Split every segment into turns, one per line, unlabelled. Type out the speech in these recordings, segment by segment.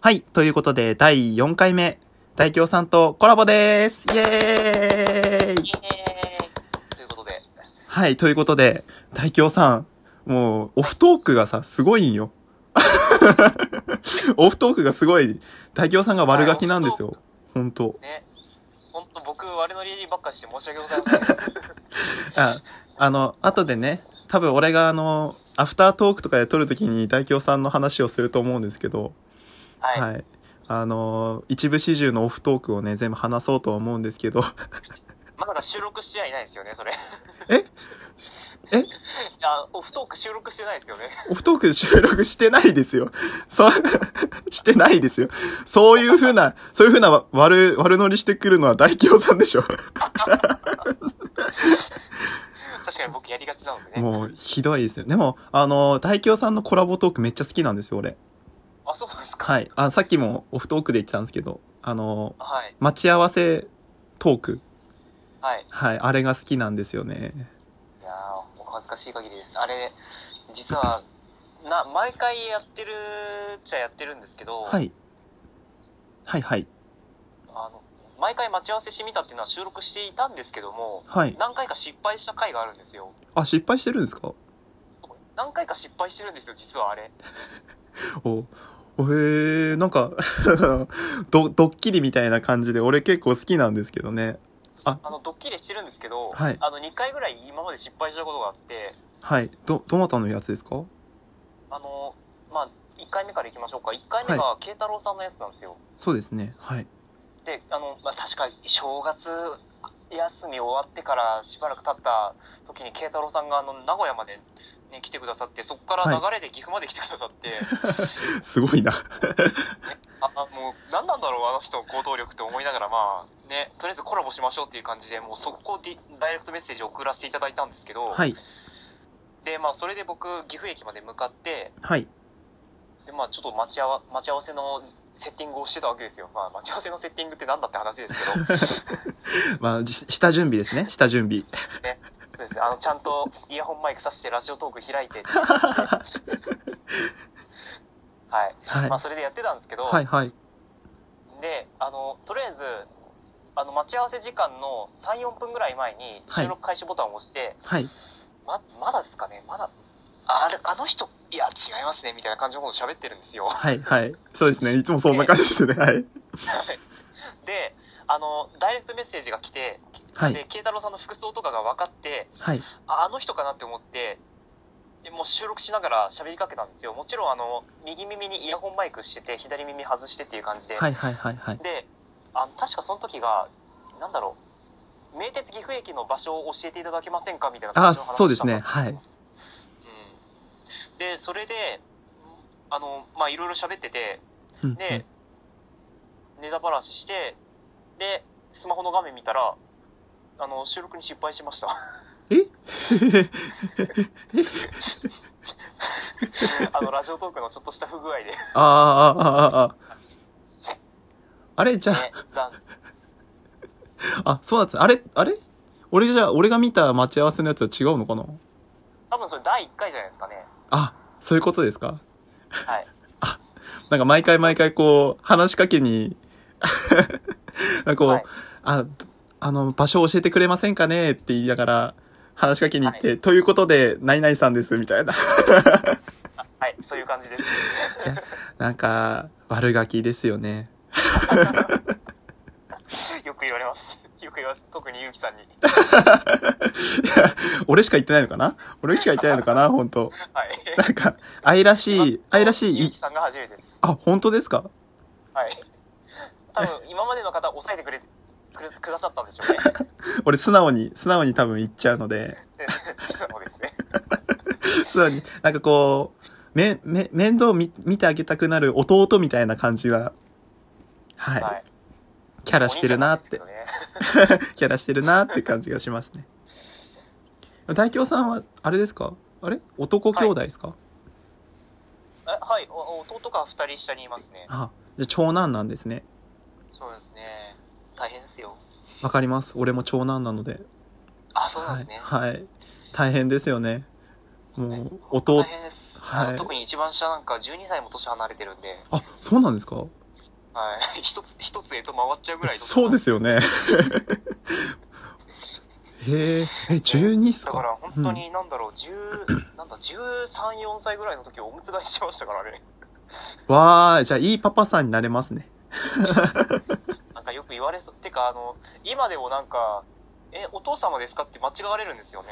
はい。ということで、第4回目、大京さんとコラボです。イエーイ
イエーイということで、
はい。ということで、大京さん、もう、オフトークがさ、すごいんよ。 オフトークがすごい、大京さんが悪ガキなんですよ。本当
ね、ほんと僕、悪乗りばっかして申し訳ございません。
あ、あの、後でね、多分俺があの、アフタートークとかで撮るときに大京さんの話をすると思うんですけど、
はい。
はい。あの、一部始終のオフトークをね、全部話そうとは思うんですけど、
まさか収録してはいないですよね、それ。
ええ
いや、オフトーク収録してないですよね。
オフトーク収録してないですよ。そう、してないですよ。そういうふうな、そういうふうなわ悪、悪乗りしてくるのは大京さんでしょ。
確かに僕やりがちなのでね。
もう、ひどいですよ。でも、あの、大京さんのコラボトークめっちゃ好きなんですよ、俺。
あ、そうなんですか。
はい。あ、さっきもオフトークで言ってたんですけど、あの、
はい。
待ち合わせトーク。
はい。
はい。あれが好きなんですよね。
いやー、お恥ずかしい限りです。あれ、実は、な、毎回やってるっちゃやってるんですけど、
はい。はいはい。
あの、毎回待ち合わせしてみたっていうのは収録していたんですけども、
はい。
何回か失敗した回があるんですよ。
あ、失敗してるんですか
そう何回か失敗してるんですよ、実はあれ。
お、おへえ、なんか ど、ドッキリみたいな感じで、俺結構好きなんですけどね。
あの、ドッキリしてるんですけど、
はい
あの、2回ぐらい今まで失敗したことがあって、
はい。ど、どなたのやつですか
あの、まあ、1回目からいきましょうか。1回目が慶太郎さんのやつなんですよ。
そうですね。はい。
で、あの、まあ、確か正月休み終わってからしばらく経った時に慶太郎さんがあの、名古屋まで、ね、来てくださって、そこから流れで岐阜まで来てくださって、
すごいな。
ああ、もう、何なんだろう、あの人の行動力って思いながら、まあ、ね、とりあえずコラボしましょうっていう感じで、もうそこでダイレクトメッセージを送らせていただいたんですけど、
はい。
で、まあ、それで僕、岐阜駅まで向かって、
はい。
で、まあ、ちょっと待ち合わ待ち合わせのセッティングをしてたわけですよ。まあ、待ち合わせのセッティングってなんだって話ですけ ど、そう
まあ、じ下準備ですね。下準備。
ですね、あの、ちゃんとイヤホンマイクさしてラジオトーク開いてって いう感じではい。
はい
まあ、。それでやってたんですけど、
はい、はい。
で、あの、とりあえず、あの、待ち合わせ時間の3、4分ぐらい前に
はい
収録開始ボタンを押して、
はい。
ま、まだですかね、まだ、あれ、あの人、いや、違いますね、みたいな感じのこと喋ってるんですよ。
はい、はい。そうですね。いつもそんな感じですね。はい。
で、あの、ダイレクトメッセージが来て、
はい。
で、慶太郎さんの服装とかが分かって、
はい。
あ、あの人かなって思って、でもう収録しながら喋りかけたんですよ。もちろん、あの、右耳にイヤホンマイクしてて、左耳外してっていう感じで。
はい、はい、はい、はい。
で、あの確かその時が、なんだろう、名鉄岐阜駅の場所を教えていただけませんかみたいな
あ
感
ー、
じの話を
そうで
した
す
の
ね。はい。
うん、で、それで、あの、まあ、いろいろ喋ってて、
うんうん
で、ネタばらしして、で、スマホの画面見たら、あの、収録に失敗しました。 あの、ラジオトークのちょっとした不具合 で。
あーあー、あーあー、あーあれ、じゃあ、
ね、だ
あ、そうなんですね。あれ、あれ俺じゃあ、俺が見た待ち合わせのやつは違うのかな
多分それ第1回じゃないですかね。
あ、そういうことですか
はい。
なんか毎回毎回こう、話しかけに、 なんかこう、
はい
あ、あの、場所を教えてくれませんかねって言いながら、話しかけに行って、ということで、何々さんです、みたいな。
はい、そういう感じです。
なんか、悪ガキですよね。
よく言われます。よく言われます。特にゆうきさんに。
俺しか言ってないのかな俺しか言ってないのか な本当
はい。
なんか、愛らしい、 愛らし
ゆう
い
き、さんが初めてです。
あ、本当ですか
はい。多分、今までの方、抑えてくれ、くれ、くださったんでし ょうね。
俺素直に、素直に多分言っちゃうので。
でそうですね。
そうに、なんかこう、め、め、面倒見、見てあげたくなる弟みたいな感じが、はい、
はい。
キャラしてるなって、
お兄ちゃんなんですけどね
キャラしてるなって感じがしますね。大京さんは、あれですかあれ男兄弟ですか、
えはい、お弟が二人下にいますね。
あ、じゃあ長男なんですね。
そうですね。大変ですよ。
わかります。俺も長男なので。
あ、そうなんですね。
はい。はい。大変ですよね。もう、
大
弟、
変です、
はい
あの特に一番下なんか12歳も年離れてるんで、
あ、そうなんですか
はい 一つ一つへと回っちゃうぐらい
そうですよ ね。へえ、え、12っす
だから
か
本当になんだろう、10なんだ13、4歳ぐらいの時おむつ替えしてましたからね、
わーい、じゃあいいパパさんになれますね。
なんかよく言われそう、てかあの、今でもなんか、え、お父様ですかって間違われる んですよね。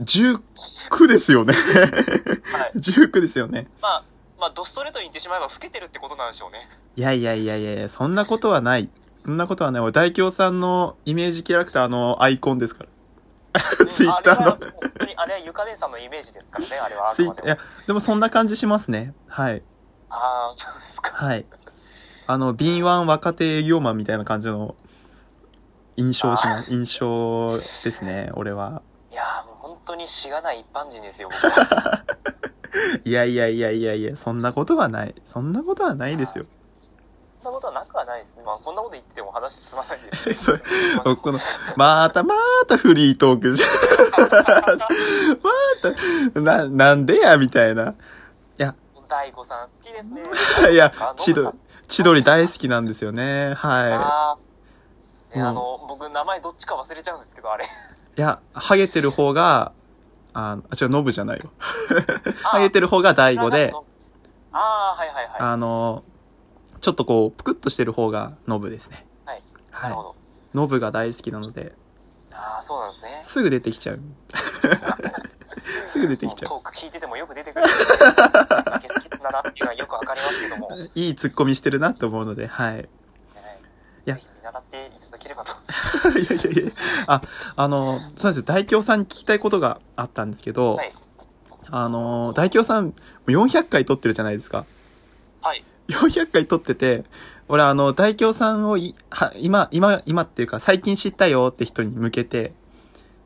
19ですよね。
は い。
19ですよね。
まあ、まあ、ドストレートに言ってしまえば、老けてるってことなんでしょうね。
いやいやいやいやいや、そんなことはない。そんなことはない。俺、大京さんのイメージキャラクターのアイコンですから。 ツイッターの
あれは本当に、あれはゆか姉さんのイメージですからね、あれはあ
ツ
く
イ
ま
ッ
で
タ
も。
ー、いや、でもそんな感じしますね。はい。
ああ、そうですか。
はい。あの、敏腕若手営業マンみたいな感じの印象しま、印象ですね、俺は。
いやーもう本当にしがない一般人ですよ、僕 は
いやいやいやいやいや、そんなことはない。そんなことはないですよ。。
そんなことはなくはないですね。まあ、こんなこと言ってても話進まないです
そう
まあ
この、またまたフリートークじゃん。ま た、な、なんでや、みたいな。
大悟さん好きですね。
いや
あ、
千鳥、千鳥大好きなんですよね。は
あーね
うん
あの、僕、名前どっちか忘れちゃうんですけど、あれ。
い。いや、ハゲてる方が、あの、あ、違う、ノブじゃないよ。ハゲ
る
てる方が大悟で、。
ああ、はいはいはい。
あの、ちょっとこう、ぷくっとしてる方がノブですね。
はい。な
は
るほ
い。
ど。
ノブが大好きなので、
ああ、そうなんですね。
すぐ出てきちゃう。 すぐ出てきちゃ
もうトーク聞いててもよく出てくる。ゲスだなっていうのはよくわかりますけども。は
う。 いいツッコミしてるなと思うので、はい。
い
や
ぜひ見習っていただければと。
いやいやいや。あ、あの、そうなんですよ。大京さんに聞きたいことがあったんですけど、
はい。
あの、大京さん、もう400回撮ってるじゃないですか。
はい。
400回撮ってて、俺あの、大京さんをいは今、今、今っていうか最近知ったよって人に向けて、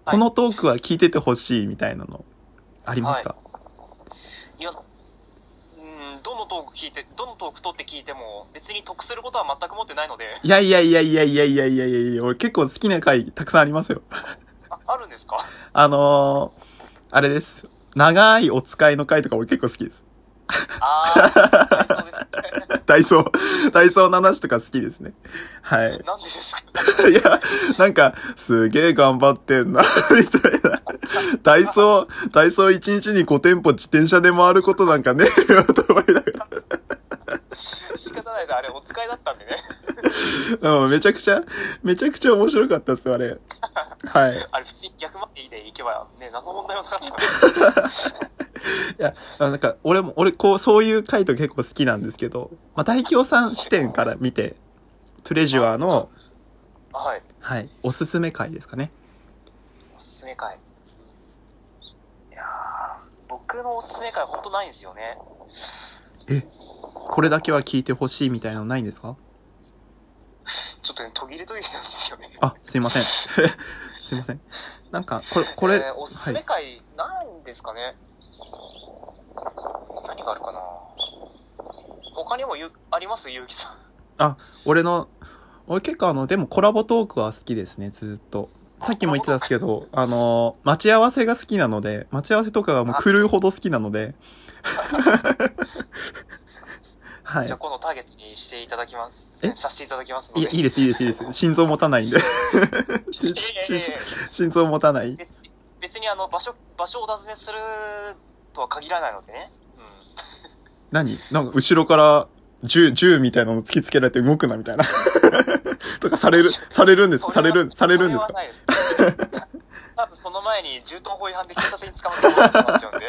は
こ
い
のトークは聞いててほしいみたいなの、ありますか、
いや、うん、どのトーク聞いて、どのトーク取って聞いても、別に得することは全く持ってないので、
い、やいやいやいやいやいやいやいやいや、俺結構好きな回たくさんありますよ。
ああるんですか
あのー、あれです。長いお使いの回とか俺結構好きです。
あ あ、そうです ね。
ダイソー、ダイソーの話とか好きですね。はい。
なんでですか
いや、なんか、すげえ頑張ってんな、 みたいな。ダイソー、ダイソー1日に5店舗自転車で回ることなんかねえよ、と思いなが
仕方ないです。あれ、お使いだったんでね。
ら。うん、めちゃくちゃ、めちゃくちゃ面白かったっす、あれ。はい。い
あれ、普通に逆までいいで行けば、ね、何の問題もなかったんで。
や、あなんか、俺も、俺、こう、そういう回とか結構好きなんですけど、まあ、大京さん視点から見て、トレジュアーの、
はい。
はい、おすすめ回ですかね。
おすすめ会いやー僕のおすすめ会ほんとないんですよね
これだけは聞いてほしいみたいなのないんですか
ちょっとね途切れ途切れなんですよね
あ、すいません。 すいません。なんか、これ、これ、
えーおすす
は
め
い。
会なんですかね、何があるかな他にもゆありますゆうきさん
俺の、俺結構あの、でもコラボトークは好きですね、ずっと。さっきも言ってたんですけど、あの、待ち合わせが好きなので、待ち合わせとかがもう狂うほど好きなの で。はい
じゃあ。今度ターゲットにしていただきます
え
させていただきますの
い
で
や、いいです、いいです、いいです。心臓持たないんで。
い
心
やいやいや
心臓持たない。
別に別にあの場所場所をお尋ねするとは限らないのでね、うん、
何なんか後ろから銃、銃みたいなの突きつけられて動くなみたいな。 とかされる、されるんですかさ
そ
れ
は
る、されるんです
そ
か
はないです 多分その前に銃刀法違反で警察に捕まってもらってなっちゃうん
い
で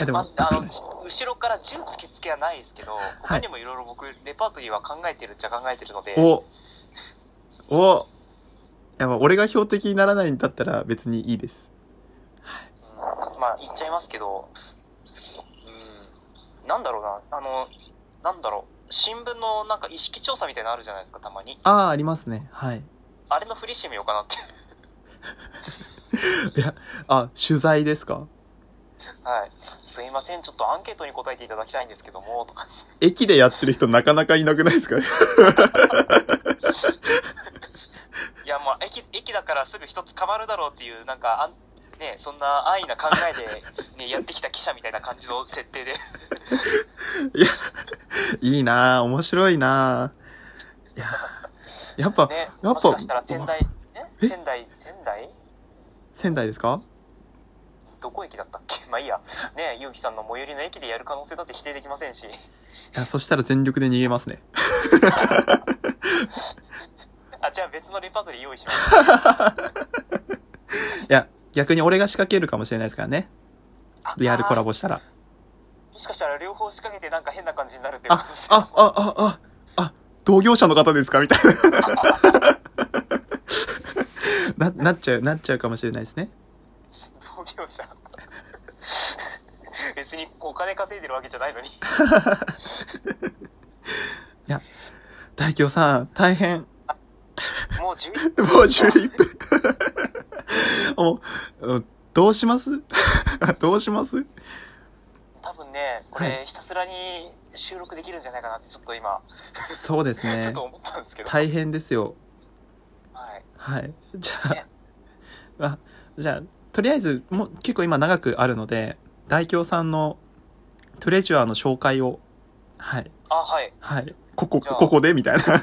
やで
ま
も、
あ、あの後ろから銃突きつけはないですけど、他にもいろいろ僕、レパートリーは考えてるっちゃ考えてるので、
お、お、やっぱ俺が標的にならないんだったら別にいいです。
うんまあ、言っちゃいますけど、うん、なんだろうな、あの、なんだろう、新聞のなんか意識調査みたいなのあるじゃないですか、たまに。
ああ、ありますね。はい。
あれの振りしてみようかなって。
あ、取材ですか
はい。すいません、ちょっとアンケートに答えていただきたいんですけども、とか。
駅でやってる人なかなかいなくないですか
いや、もう駅、駅だからすぐ一つかまるだろうっていう、なんか、あんね、そんな安易な考えで、ね、やってきた記者みたいな感じの設定で。
いいなあ面白いなあいや、やっぱ、
ね、
やっぱ
もしかしたら仙台、
え
え仙台、仙台
仙台ですか
どこ駅だったっけまあいいや。ね、ゆうきさんの最寄りの駅でやる可能性だって否定できませんし。
いや、そしたら全力で逃げますね。
あ、じゃあ別のレパートリー用意します。
いや、逆に俺が仕掛けるかもしれないですからね。
あ
リアルコラボしたら。
もしかしたら両方仕掛けてなんか変な感じになるっていう可
あ
能、性
あ、あ、あ、あ、あ、同業者の方ですかみたいな。な、なっちゃう、なっちゃうかもしれないですね。
同業者 別にお金稼いでるわけじゃない のに
大京さん、大変。
もう11
もう11分。もう、うんどうします どうします
多分ねこ
は
れひたすらに収録できるんじゃないかなってちょっと今
そうです
ちょっ
ね
と。思ったんですけど、
大変ですよ。
はい、
はい。じ
ね
ゃあ、あ、じゃあ、とりあえず、もう結構今長くあるので、大京さんのトレジュアーの紹介を、はい、
あはい
はい。ここ、
じゃあ
ここでみたいな。 は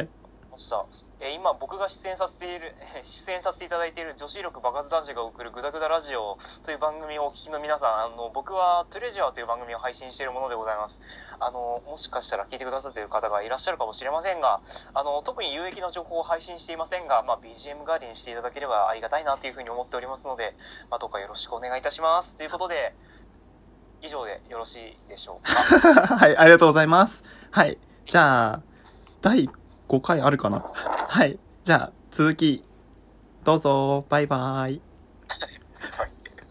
い。
ましたえー今僕が出演させている出演させていただいている女子力爆発男子が送るグダグダラジオという番組をお聞きの皆さんあの僕はトレジャーという番組を配信しているものでございますあのもしかしたら聞いてくださっている方がいらっしゃるかもしれませんがあの特に有益な情報を配信していませんが、まあ、BGM 代わりにしていただければありがたいなというふうに思っておりますので、まあ、どうかよろしくお願いいたしますということで以上でよろしいでしょうか
はい、ありがとうございます。はい。じゃあ、第5回あるかなはい。じゃあ、続き、どうぞ、バイバイ。
はい